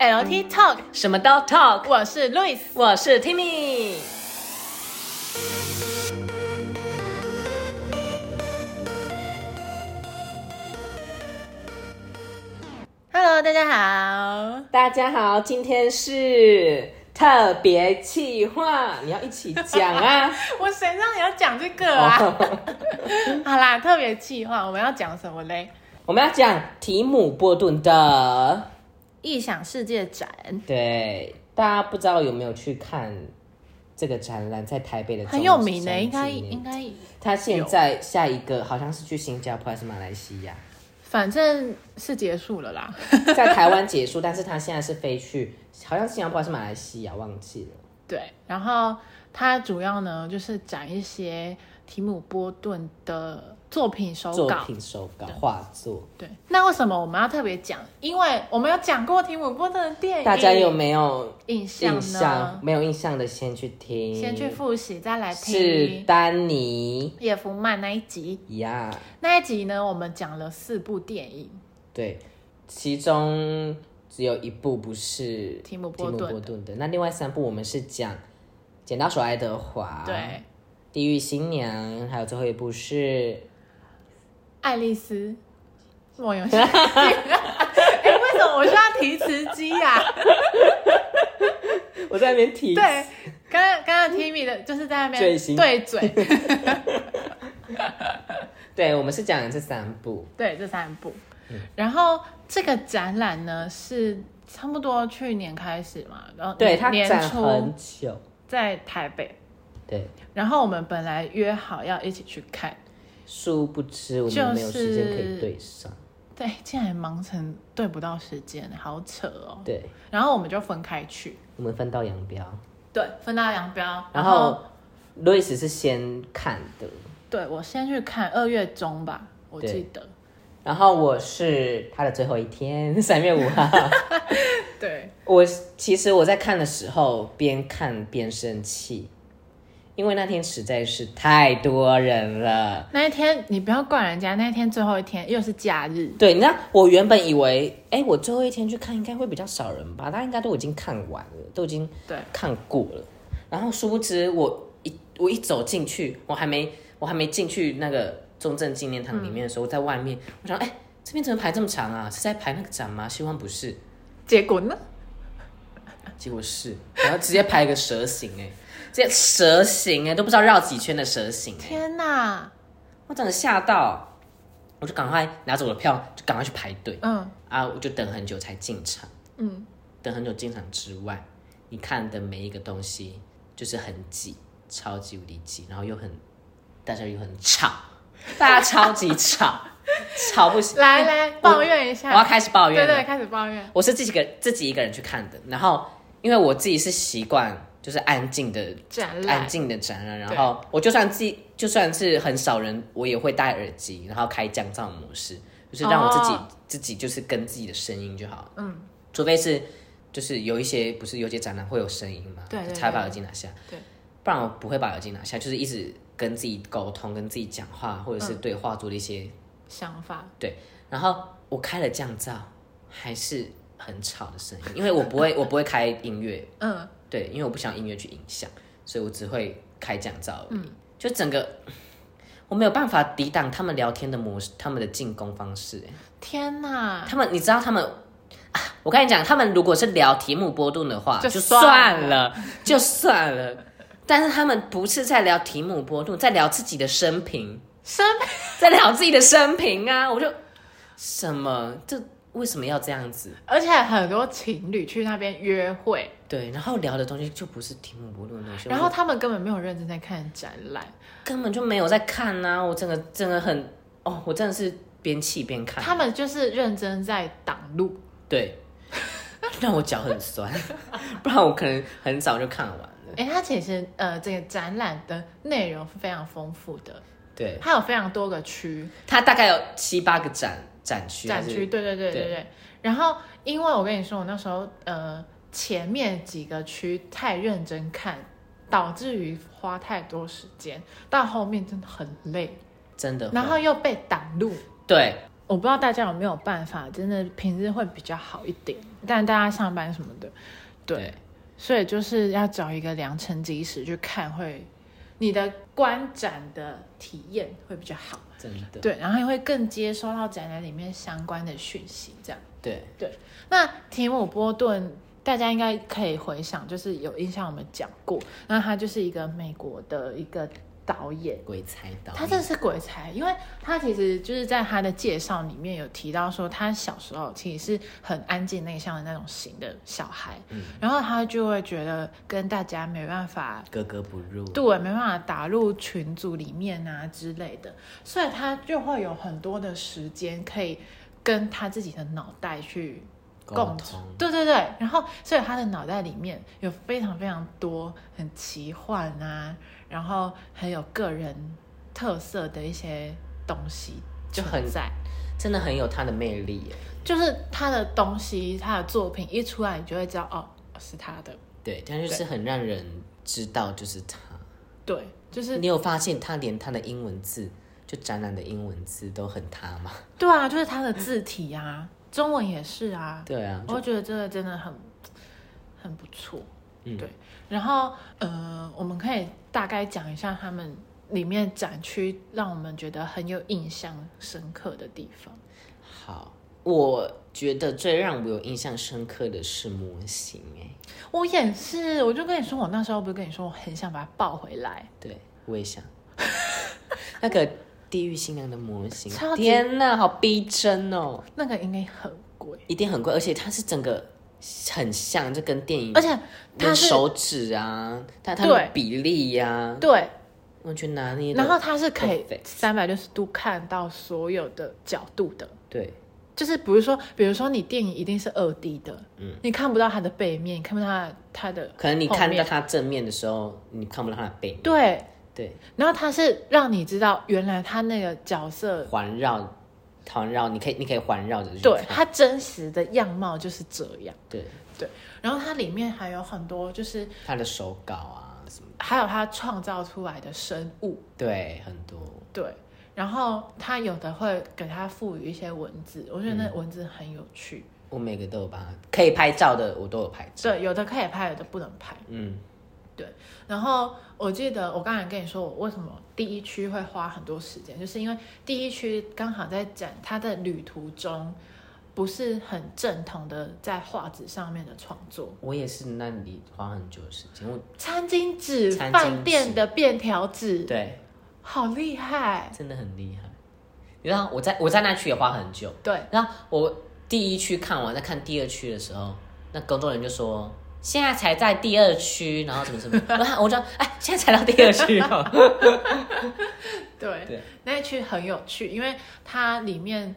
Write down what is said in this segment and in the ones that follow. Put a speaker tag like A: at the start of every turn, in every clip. A: LT Talk，
B: 嗯什么都 talk，
A: 我是 Louis。
B: 我是 Timmy。
A: Hello，大家好。
B: 大家好，今天是特别企划，你要一起 讲啊！
A: 我谁让你要讲这个啊？
B: 哦
A: 好啦，特别计划，我们要讲什么嘞？
B: 我们要讲提姆波顿的，
A: 异想世界展
B: 对，大家不知道有没有去看这个展览，在台北的
A: 很
B: 中
A: 有名
B: 山
A: 的，应该
B: 纪念
A: 应该，
B: 他现在下一个好像是去新加坡还是马来西亚，
A: 反正是结束了啦。
B: 在台湾结束，但是他现在是飞去，好像是新加坡还是马来西亚，忘记了。
A: 对，然后它主要呢就是展一些提姆波顿的作品手
B: 作
A: 稿。
B: 品手稿画作，
A: 对，那为什么我们要特别讲？因为我们有讲过提姆波顿的电影，
B: 大家有没有
A: 印象
B: 印象
A: 呢？？
B: 没有印象的先去听，
A: 先去复习，再来
B: 是
A: 听
B: 丹尼
A: 叶福曼那一集。
B: 呀
A: 那一集呢，我们讲了四部电影，
B: 对，其中只有一部不是
A: 提姆
B: 提
A: 波
B: 姆
A: 顿
B: 波顿的，那另外三部我们是讲《剪刀手爱德华》、
A: 对，
B: 《地狱新娘》，还有最后一 部是
A: 爱丽丝梦游仙 境。哎，为什么我需要提词机 呀、
B: 我在那边提，
A: 对，刚刚刚刚 Timmy 的就是在那
B: 最
A: 边
B: 新
A: 对嘴，
B: 对，我们是讲这三部，
A: 对这三部。然后这个展览呢是差不多去年开始嘛，然后
B: 对，它
A: 年
B: 展
A: 初
B: 很久，
A: 在台北，
B: 对，
A: 然后我们本来约好要一起去看，
B: 殊不知我
A: 就
B: 们没有时间可以
A: 是
B: 对上，
A: 对，竟然忙成对不到时间，好扯哦。
B: 对，
A: 然后我们就分开去，
B: 我们分道扬镳。
A: 对，分道扬镳。
B: 然后路易斯是先看的，
A: 对我先去看二月中吧，我
B: 对
A: 记得。
B: 然后我是他的最后一天， 三月五号。
A: 对，
B: 我其实我在看的时候，边看边生气，因为那天实在是太多人了。
A: 那一天你不要怪人家，那一天最后一天又是假日，
B: 对，那我原本以为，哎，我最后一天去看应该会比较少人吧，大家应该都已经看完了，都已经
A: 对
B: 看过了。然后殊不知，我一我一走进去，我还没我还没进去那个中正纪念堂里面的时候，在外面，我想，哎，这边怎么排这么长啊？是在排那个展吗？希望不是，
A: 结果呢？
B: 结果是，然后直接排一个蛇形、哎，直接蛇形、哎，都不知道绕几圈的蛇形、哎，
A: 天哪，
B: 我真的吓到，我就赶快拿着我的票，就赶快去排队。
A: 嗯
B: 啊，我就等很久才进场。
A: 嗯，
B: 等很久进场之外，你看的每一个东西就是很挤，超级无敌挤，然后又很大家又很 吵，大家超级吵，吵 不行。
A: 来来抱怨一
B: 我
A: 下，
B: 要开始抱怨
A: 对
B: 了。
A: 对，开始抱怨，
B: 我是自己个自己一个人去看的，然后因为我自己是习惯就是安静的
A: 展
B: 安
A: 览，
B: 静的展览，然
A: 对
B: 后我就算自己就算是很少人，我也会戴耳机，然后开降噪模式，就是让我自己、
A: 哦
B: 自己就是跟自己的声音就好了。
A: 嗯，
B: 除非是就是有一些不是有些展览会有声音嘛，
A: 对对
B: 就才把耳机拿下，
A: 对，
B: 不然我不会把耳机拿下，就是一直跟自己沟通、跟自己讲话或
A: 嗯
B: 者是对话做的一些、
A: 想法，
B: 对，然后我开了降噪，啊还是很吵的声音，因为我不会我不会开音乐，
A: 嗯，
B: 对，因为我不想音乐去影响，所以我只会开降噪而已。
A: 嗯
B: 就整个我没有办法抵挡他们聊天的模式，他们的进攻方式。哎
A: 天哪，
B: 他们，你知道他们，啊我跟你讲，他们如果是聊提姆波顿的话，
A: 就
B: 就
A: 算
B: 算了，就算了。但是他们不是在聊提姆波顿，在聊自己的生平，
A: 生
B: 在聊自己的生平啊！我就什么，这为什么要这样子？
A: 而且很多情侣去那边约会，
B: 对，然后聊的东西就不是提姆波顿的东西，
A: 然
B: 我
A: 后他们根本没有认真在看展览，
B: 根本就没有在看呐、我真的真的很哦，我真的是边气边看，
A: 他们就是认真在挡路。
B: 对， 让我脚很酸， 不然我可能很早就看完了。
A: 哎、它其实呃，这个展览的内容是非常丰富的，
B: 对，
A: 它有非常多个区
B: 它大概有七八个展展区，
A: 展区，，对对对对
B: 对
A: 对。然后，因为我跟你说，我那时候呃前面几个区太认真看，导致于花太多时间，到后面真的很累，
B: 真的会。
A: 然后又被挡路。
B: 对，
A: 我不知道大家有没有办法，真的平日会比较好一点，但大家上班什么的，对，
B: 对
A: 所以就是要找一个良辰吉时去看会，你的观展的体验会比较好，
B: 真的，
A: 对，然后也会更接收到展览里面相关的讯息，这样。
B: 对，
A: 那提姆波顿，大家应该可以回想，就是有印象我们讲过，那他就是一个美国的一个导演，
B: 鬼猜到
A: 他真的是鬼才，因为他其实就是在他的介绍里面有提到说，他小时候其实是很安静内向的那种型的小孩，
B: 嗯
A: 然后他就会觉得跟大家没办法
B: 格格不入，
A: 对，没办法打入群组里面啊之类的，所以他就会有很多的时间可以跟他自己的脑袋去
B: 沟
A: 共
B: 通，
A: 对对对，然后所以他的脑袋里面有非常非常多很奇幻啊，然后很有个人特色的一些东西
B: 就
A: 存
B: 很
A: 在，
B: 真的很有他的魅力耶，
A: 就是他的东西、他的作品一出来，你就会知道哦是他的，
B: 对，但就是很让人知道就是他。
A: 对，就是
B: 你有发现他连他的英文字，就展览的英文字都很他吗？
A: 对啊，就是他的字体啊，中文也是啊，
B: 对啊，
A: 我觉得这个真的很很不错。
B: 嗯
A: 对然后，呃，我们可以大概讲一下他们里面展区让我们觉得很有印象深刻的地方。
B: 好，我觉得最让我有印象深刻的是模型，哎，
A: 我也是，我就跟你说，我那时候不是跟你说我很想把它抱回来，
B: 对我也想， 那个地狱新娘的模型
A: 超，级
B: 天哪，好逼真哦，
A: 那个应该很贵，
B: 一定很贵，而且它是整个很像，就跟电影，
A: 而且它
B: 连
A: 是
B: 嗯手指啊，它它的
A: 对
B: 比例呀、
A: 对，
B: 完全拿捏的，
A: 然后它是可以
B: perfect
A: 三百六十度看到所有的角度的。
B: 对
A: 就是比如说，比如说你电影一定是二 D 的，
B: 嗯
A: 你看不到它的背面，你看不到它的它的，
B: 可能你看到它正面的时候，你看不到它的背面。
A: 对，
B: 对，
A: 然后它是让你知道原来他那个角色
B: 环绕，环绕，你可以，你可以环绕着去
A: 对
B: 看。
A: 他真实的样貌就是这样。
B: 对，
A: 然后它里面还有很多，就是
B: 它的手稿啊什么，
A: 还有他创造出来的生物，
B: 对，很多。
A: 对。然后他有的会给他赋予一些文字，我觉得那文字很有趣。
B: 我每个都有把它可以拍照的，我都有拍照。
A: 对，有的可以拍，有的不能拍。
B: 嗯，
A: 然后我记得我刚才跟你说，我为什么第一区会花很多时间，就是因为第一区刚好在展它的旅途中，不是很正统的在画纸上面的创作，
B: 我也是那里花很久的时间。我
A: 餐巾纸、
B: 餐巾纸
A: 饭店的便条纸，
B: 对，
A: 好厉害！
B: 真的很厉害。你知道我在我在那区也花很久。
A: 对，
B: 然后我第一区看完，在看第二区的时候，那工作人员就说。现在才在第二区，然后怎么 怎么，然后我就哎，现在才到第二区了。
A: 对，
B: 对
A: 那一区很有趣，因为它里面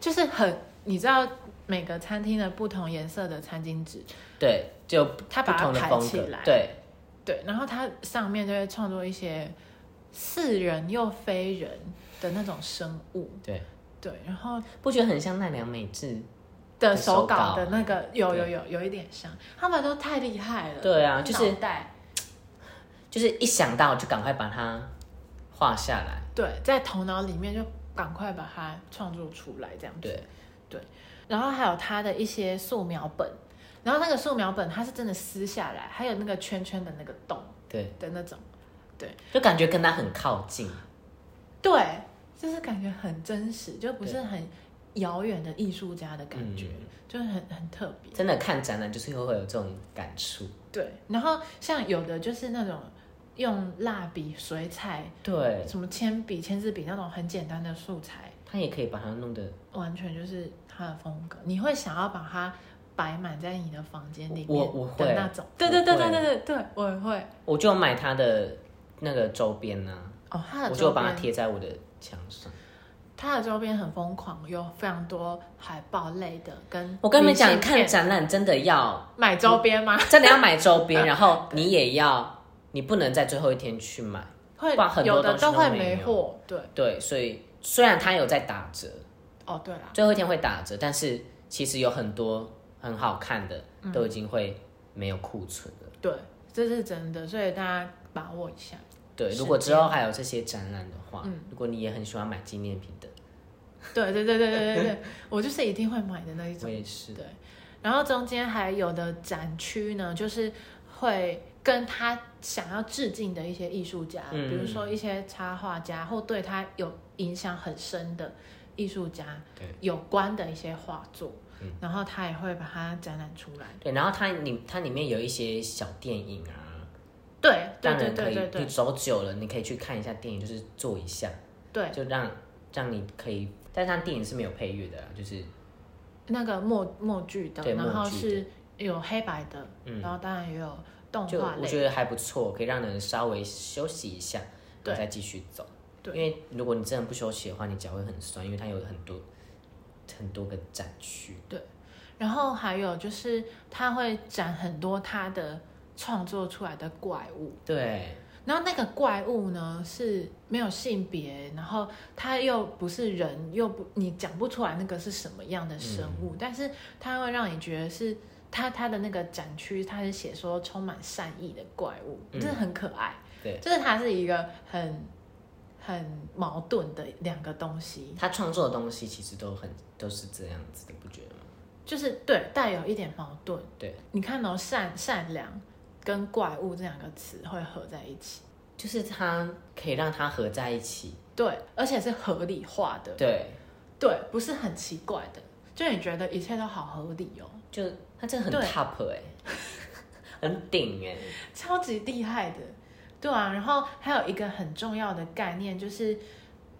A: 就是很，你知道每个餐厅的不同颜色的餐巾纸，
B: 对，就
A: 他
B: 不
A: 把它
B: 同的
A: 排
B: 风
A: 起
B: 格
A: 来，，
B: 对，
A: 对，然后它上面就会创作一些似人又非人的那种生物，
B: 对，
A: 对，然后
B: 不觉得很像奈良美智？
A: 的
B: 的手
A: 手稿
B: 稿
A: 的那个有有
B: 对
A: 有有一点像，他们都太厉害了，
B: 对啊就是
A: 脑袋
B: 就是一想到就赶快把它画下来。
A: 对，在头脑里面就赶快把它创作出来，这样子。
B: 对，
A: 然后还有他的一些素描本，然后那个素描本它是真的撕下来，还有那个圈圈的那个洞
B: 对，
A: 的那种，
B: 就感觉跟他很靠近。
A: 对，就是感觉很真实，就不是
B: 对
A: 很遥远的艺术家的感觉，
B: 嗯
A: 就是很很特别。
B: 真的看展览就是会有这种感触。
A: 对，然后像有的就是那种用蜡笔、水彩、
B: 对，
A: 什么铅笔、签字笔那种很简单的素材，
B: 他也可以把它弄得，
A: 完全就是他的风格，你会想要把它摆满在你的房间里面
B: 我我会
A: 的那种。对
B: 我
A: 对对
B: 会
A: 对对对对，我也会。
B: 我就买他的那个周边呢、
A: 哦，他的
B: 我就
A: 周
B: 把它
A: 边，
B: 贴在我的墙上。
A: 他的周边很疯狂，有非常多海报类的跟
B: 我跟你们
A: 明
B: 讲，
A: 信
B: 看
A: 片
B: 展览真的要
A: 买周边吗？
B: 真的要买周边， 然后你也要，你不能在最后一天去买。
A: 会
B: 不然很多
A: 有的
B: 东西都
A: 会
B: 没
A: 没
B: 有
A: 货。对，
B: 对，所以虽然它有在打折，
A: 哦对啦，
B: 最后一天会打折，但是其实有很多很好看的
A: 嗯
B: 都已经会没有库存了。
A: 对，这是真的，所以大家把握一下。
B: 对，
A: 时
B: 如果之
A: 间
B: 后还有这些展览的话，
A: 嗯
B: 如果你也很喜欢买纪念品的，
A: 对对对对对对对，我就是一定会买的那一
B: 我
A: 种。
B: 也是
A: 对然后中间还有的展区呢，就是会跟他想要致敬的一些艺术家，
B: 嗯
A: 比如说一些插画家或对他有影响很深的艺术家
B: 对
A: 有关的一些画作，
B: 嗯
A: 然后他也会把它展览出来。
B: 对，然后它里它里面有一些小电影啊，
A: 对对
B: 当
A: 对
B: 然可
A: 对
B: 以
A: 对，
B: 你
A: 对
B: 走久了你可以去看一下电影，就是坐一下，
A: 对，
B: 就让让你可以，但是它电影是没有配乐的啦，就是
A: 那个默默剧的，
B: 对
A: 然后
B: 默剧的
A: 是有黑白的，
B: 嗯
A: 然后当然也有动
B: 就
A: 画
B: 我
A: 类
B: 觉得还不错，可以让人稍微休息一下，然后
A: 对
B: 再继续走。
A: 对
B: 因为如果你真的不休息的话，你脚会很酸，因为它有很多很多个展区。
A: 然后还有就是他会展很多他的创作出来的怪物，
B: 对，
A: 然后那个怪物呢是没有性别，然后它又不是人，又不你讲不出来那个是什么样的生物，
B: 嗯
A: 但是它会让你觉得是它它的那个展区，它是写说充满善意的怪物，
B: 嗯
A: 真的很可爱。
B: 对
A: 就是它是一个很很矛盾的两个东西，
B: 他创作的东西其实都很都是这样子的，你不觉得吗？
A: 就是对带有一点矛盾。
B: 对，
A: 你看到、善善良跟怪物这两个词会合在一起，
B: 就是它可以让它合在一起。
A: 对，而且是合理化的。
B: 对，
A: 对，不是很奇怪的，就你觉得一切都好合理哦，
B: 就它真的很
A: 对
B: top 哎、很顶哎、
A: 超级厉害的，对啊。然后还有一个很重要的概念就是，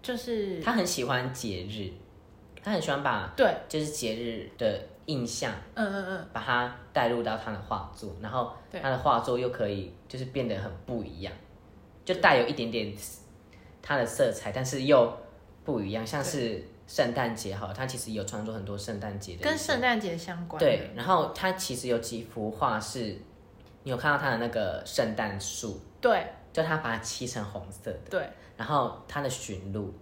A: 就是
B: 他很喜欢节日，他很喜欢把
A: 对，
B: 就是节日的印象
A: 嗯嗯嗯，
B: 把它带入到他的画作，然后
A: 对
B: 他的画作又可以就是变得很不一样，就带有一点点他的色彩，但是又不一样。像是圣诞节好了，他其实有创作很多圣诞节的
A: 跟
B: 一些
A: 圣诞节相关的，
B: 对，然后他其实有几幅画是，你有看到他的那个圣诞树，
A: 对
B: 就他把它漆成红色的，
A: 对，
B: 然后他的驯鹿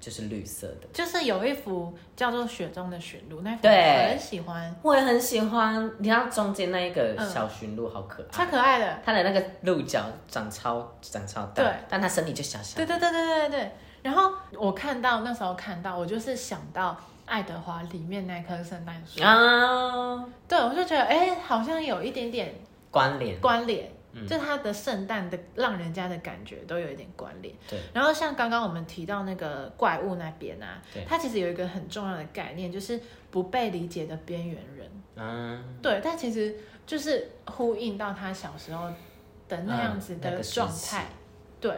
B: 就是绿色的。
A: 就是有一幅叫做《雪中的驯鹿》，那幅
B: 对
A: 我很喜欢，
B: 我也很喜欢，你看中间那一个
A: 嗯
B: 小驯鹿好可爱，
A: 超可爱的，
B: 它的那个鹿角长超长超大，
A: 对，
B: 但它身体就小小
A: 对
B: 的，
A: 对对对对对。然后我看到那时候看到，我就是想到爱德华里面那棵圣诞树，
B: 啊，
A: 对我就觉得哎，好像有一点点
B: 关联，
A: 关联，
B: 嗯
A: 就它的圣诞的让人家的感觉都有一点关联。
B: 对，
A: 然后像刚刚我们提到那个怪物那边啊
B: 对，
A: 它其实有一个很重要的概念，就是不被理解的边缘人。
B: 嗯，
A: 对，但其实就是呼应到他小时候的那样子
B: 嗯那
A: 的
B: 个时期
A: 状态。对，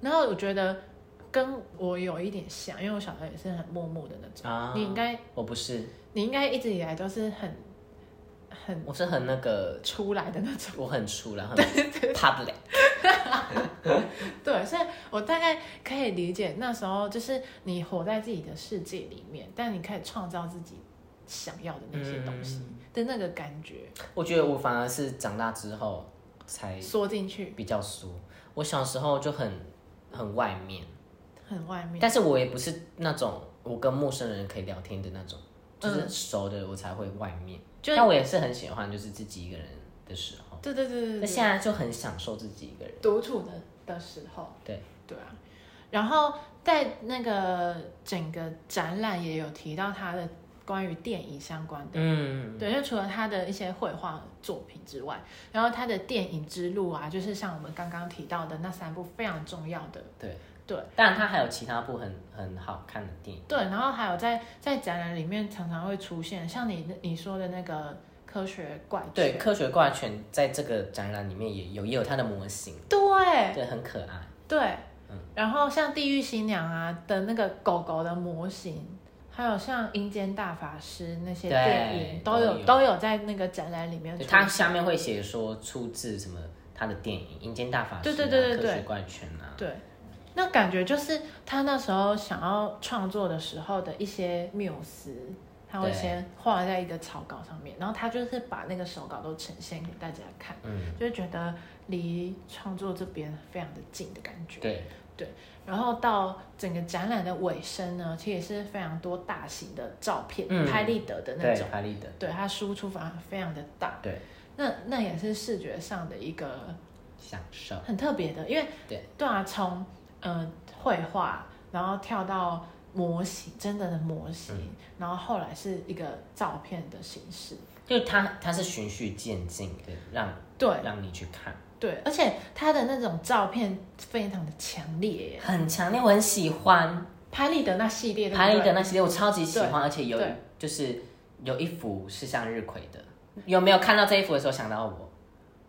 A: 然后我觉得跟我有一点像，因为我小时候也是很默默的那种。
B: 啊，
A: 你应该，
B: 我不是，
A: 你应该一直以来都是很很
B: 我是很那个，
A: 出来的那种。
B: 我很粗然后 public，
A: 对，所以我大概可以理解那时候就是你活在自己的世界里面，但你可以创造自己想要的那些东西
B: 嗯
A: 的那个感觉，
B: 我觉得我反而是长大之后才
A: 缩进去
B: 比较酥，我小时候就很很外面，
A: 很外面。
B: 但是我也不是那种我跟陌生人可以聊天的那种，就是
A: 嗯
B: 熟的我才会外面，
A: 就
B: 但我也是很喜欢就是自己一个人的时候。
A: 对对对对
B: 那
A: 对，
B: 现在就很享受自己一个人。
A: 独处的的时候，
B: 对
A: 对啊。然后在那个整个展览也有提到他的关于电影相关的
B: 嗯，
A: 对，就除了他的一些绘画作品之外，然后他的电影之路啊，就是像我们刚刚提到的那三部非常重要的，
B: 对
A: 对
B: 当然他还有其他部很很好看的电影。
A: 对，然后还有在在展览里面常常会出现，像你你说的那个科学怪犬，
B: 对，科学怪犬在这个展览里面也有也有它的模型，
A: 对
B: 对，很可爱。
A: 对，
B: 嗯
A: 然后像地狱新娘啊的那个狗狗的模型。还有像《阴间大法师》那些
B: 对
A: 电影都有
B: 都有
A: 都有在那个展览里面
B: 对，
A: 出
B: 它
A: 现，
B: 下面会写说出自什么他的电影《阴间大法师》
A: 对
B: 啊，
A: 对对对对
B: 科学怪犬啊，
A: 对，那感觉就是他那时候想要创作的时候的一些缪斯，他会
B: 对
A: 先画在一个草稿上面，然后他就是把那个手稿都呈现给大家看，
B: 嗯，
A: 就觉得离创作这边非常的近的感觉。
B: 对，
A: 然后到整个展览的尾声呢，其实也是非常多大型的照片，
B: 嗯
A: 拍立得的那
B: 对，
A: 种，
B: 哈利的，
A: 对它输出反而非常的大。
B: 对，
A: 那那也是视觉上的一个
B: 享受，
A: 很特别的，因为
B: 对
A: 啊，从呃绘画，然后跳到模型，真正的模型，
B: 嗯
A: 然后后来是一个照片的形式。
B: 就是它它是循序渐进的，让
A: 对
B: 让你去看，
A: 对，而且他的那种照片非常的强烈耶，
B: 很强烈，我很喜欢
A: 拍立得那系列，对不
B: 拍立
A: 对
B: 得那系列，我超级喜欢，而且有
A: 对
B: 就是有一幅是向日葵的，有没有看到这一幅的时候想到我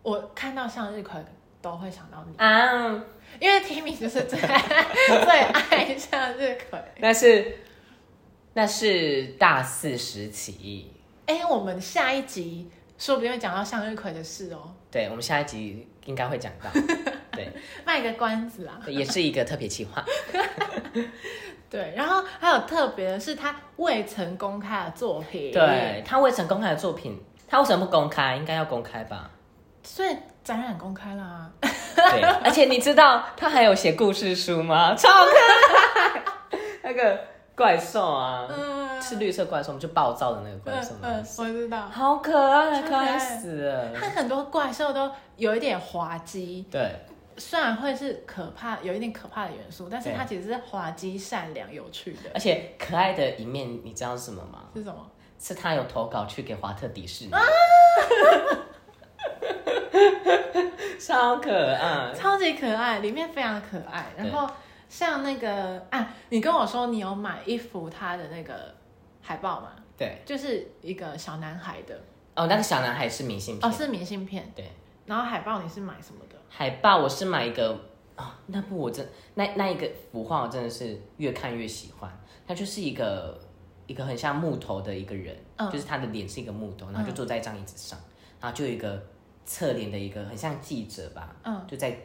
A: 我看到向日葵都会想到你，
B: 啊？
A: 因为 Timmy 就是最 爱最爱向日葵。
B: 那是那是大四时期，
A: 哎，我们下一集说不定会讲到向日葵的事哦，
B: 对我们下一集应该会讲到，对，
A: 卖个关子啊。
B: 也是一个特别企划，
A: 对，然后还有特别的是他未曾公开的作品，
B: 对，他未曾公开的作品，他为什么不公开？应该要公开吧？
A: 所以展览公开啦。
B: 对， 而且你知道他还有写故事书 吗？超好看，那个怪兽啊，
A: 嗯，
B: 是绿色怪兽，我们就暴躁的那个怪兽
A: 嗯
B: 吗
A: 嗯，？ 我知道，
B: 好可爱，
A: 超
B: 可
A: 可爱
B: 爱死了。
A: 他很多怪兽都有一点滑稽，
B: 对，
A: 虽然会是可怕，有一点可怕的元素，但是
B: 对哎
A: 它其实是滑稽、善良、有趣的。
B: 而且可爱的一面你知道是什么吗？
A: 是什么？
B: 是他有投稿去给华特迪士尼，
A: 啊
B: 超可爱。
A: 超级可爱，里面非常可爱。然后像那个啊，你跟我说你有买一幅他的那个海报嘛？
B: 对，
A: 就是一个小男孩的
B: 哦，那个小男孩是明信
A: 哦，
B: 片，
A: 是明信片。
B: 对，
A: 然后海报你是买什么的？
B: 海报我是买一个啊、那部我真那那一个幅画我真的是越看越喜欢，它就是一个一个很像木头的一个人，
A: 嗯
B: 就是他的脸是一个木头，然后就坐在一张椅子上，然后就有一个侧脸的一个很像记者吧，
A: 嗯，
B: 就在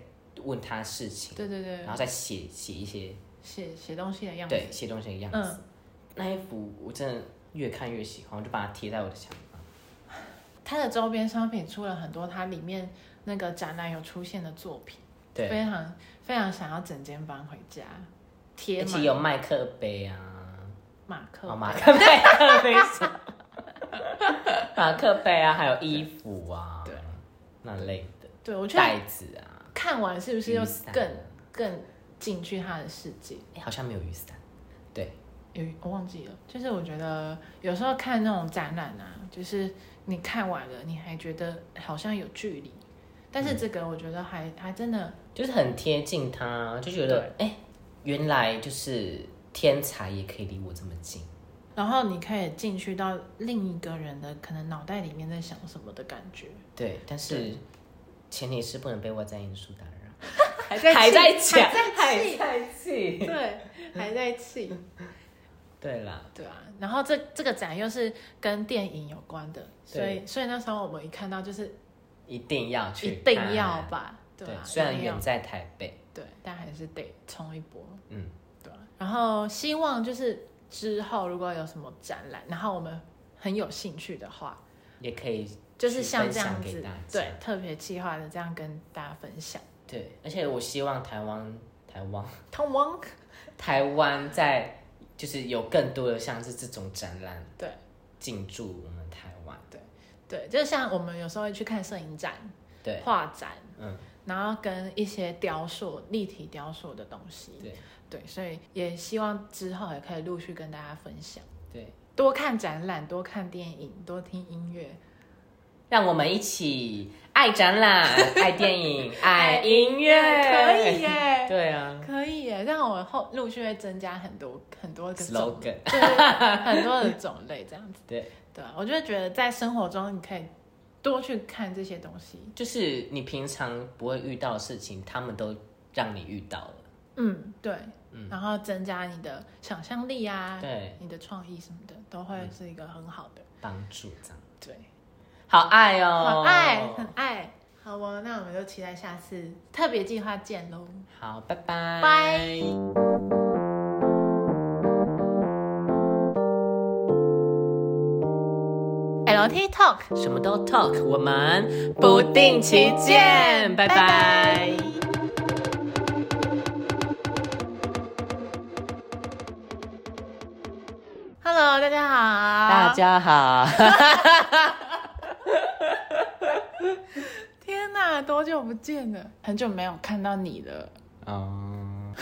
B: 问他事情，
A: 对对对
B: 然，后再写写一些
A: 写写东西的样子。
B: 啊对写东西的样子。
A: 嗯，
B: 那一幅我真的越看越喜欢，我就把它贴在我的墙上。
A: 他的周边商品出了很多，它里面那个展览有出现的作品，
B: 对，
A: 非常非常想要整间搬回家，贴
B: 而
A: 满
B: 且有麦克杯啊，
A: 马克
B: 哦，
A: 杯
B: 马克杯，马克杯是，马克杯啊，还有衣服啊，
A: 对，
B: 那类的
A: 对我觉得
B: 袋子啊，
A: 看完是不是又
B: 雨伞啊
A: 更更进去他的世界？
B: 诶好像没有雨伞，对，
A: 有我忘记了，就是我觉得有时候看那种展览啊，就是你看完了，你还觉得好像有距离，但
B: 嗯
A: 是这个我觉得还、还真的
B: 就是很贴近他，就觉得哎、诶原来就是天才也可以离我这么近，
A: 然后你可以进去到另一个人的可能脑袋里面在想什么的感觉，
B: 对，但是前提是不能被外在因素打扰，
A: 还在
B: 还
A: 气
B: 在讲，
A: 还在气，
B: 在气，
A: 对，还在气，
B: 对啦，
A: 对啊。然后这这个展又是跟电影有关的，所
B: 对
A: 以所以那时候我们一看到就是
B: 一定要
A: 一
B: 去，
A: 定要。吧，
B: 对
A: 啊，，
B: 虽然
A: 一定要
B: 远在台北，
A: 对，但还是得冲一波，
B: 嗯，
A: 对啊。然后希望就是之后如果有什么展览，然后我们很有兴趣的话，
B: 也可以
A: 就是像
B: 分
A: 这样
B: 享给
A: 子
B: 大家，
A: 对，特别计划的这样跟大家分享。
B: 对，而且我希望台湾、台湾、
A: 通往
B: 台湾在就是有更多的像是这种展览，
A: 对，
B: 进驻我们台湾，
A: 对，就像我们有时候会去看摄影展、
B: 对
A: 画展，
B: 嗯，
A: 然后跟一些雕塑、立体雕塑的东西，
B: 对
A: 对，所以也希望之后也可以陆续跟大家分享，
B: 对，
A: 多看展览，多看电影，多听音乐。
B: 让我们一起爱展览、爱电影、 爱音乐，
A: 可以，耶，
B: 对 啊
A: 可以耶，让我后陆续会增加很多很多个种，
B: ，slogan，
A: 对，很多的种类这样子。
B: 对，
A: 对啊，我就觉得在生活中你可以多去看这些东西。
B: 就是你平常不会遇到的事情，他们都让你遇到了，
A: 嗯，对，
B: 嗯
A: 然后增加你的想象力啊，
B: 对，
A: 你的创意什么的，都会是一个很好的。
B: 帮助这样，
A: 对，
B: 好爱
A: 很
B: 哦，
A: 爱， 很爱。好哦，那我们就期待下次特别计划见喽。
B: 好，拜拜，
A: 拜。LT Talk。
B: 什么都 talk，我们不定期见，拜拜。
A: Hello，大家好，
B: 大家好，
A: 天哪，多久不见了？很久没有看到你了。
B: 嗯，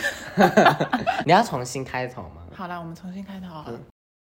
B: 你要重新开头吗？
A: 好啦，我们重新开头好了。
B: 嗯